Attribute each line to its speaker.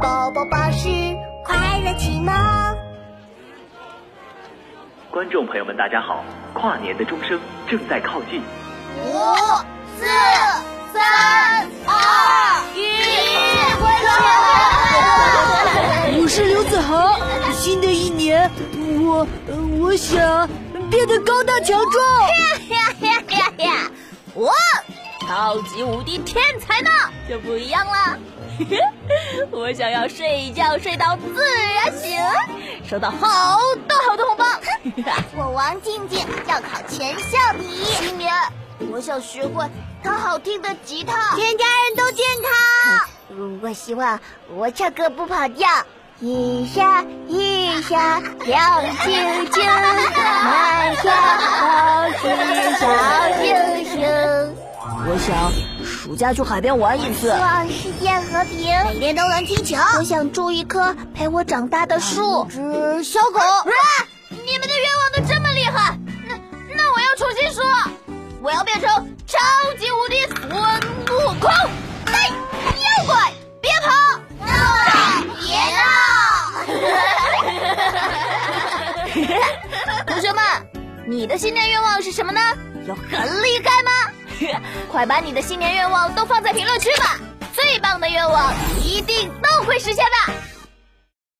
Speaker 1: 宝宝巴士快乐启蒙。
Speaker 2: 观众朋友们，大家好！跨年的钟声正在靠近，
Speaker 1: 五、四、三、二、一，
Speaker 3: 我是刘子豪。新的一年，我呃我想变得高大强壮。
Speaker 4: 呀呀呀呀！我超级无敌天才呢，就不一样了。 我想要睡觉睡到自然醒，收到好多好多 红包。
Speaker 1: 我王静静要考全校第一。新年，我想学会弹好听的吉他。全家人都健康。我希望我唱歌不跑调。一闪一闪亮晶晶，满山都是小星星。
Speaker 3: 我想暑假去海边玩一次
Speaker 1: 希。望世界和平，每天都能踢球。我想种一棵陪我长大的树，只小狗。
Speaker 4: 啊！你们的愿望都这么厉害，那那我要重新说，我要变成超级无敌孙悟空。哎，妖怪，别跑！
Speaker 1: 别闹！
Speaker 4: 同学们，你的新年愿望是什么呢？有很厉害吗？ 快把你的新年愿望都放在评论区吧，最棒的愿望一定都会实现的。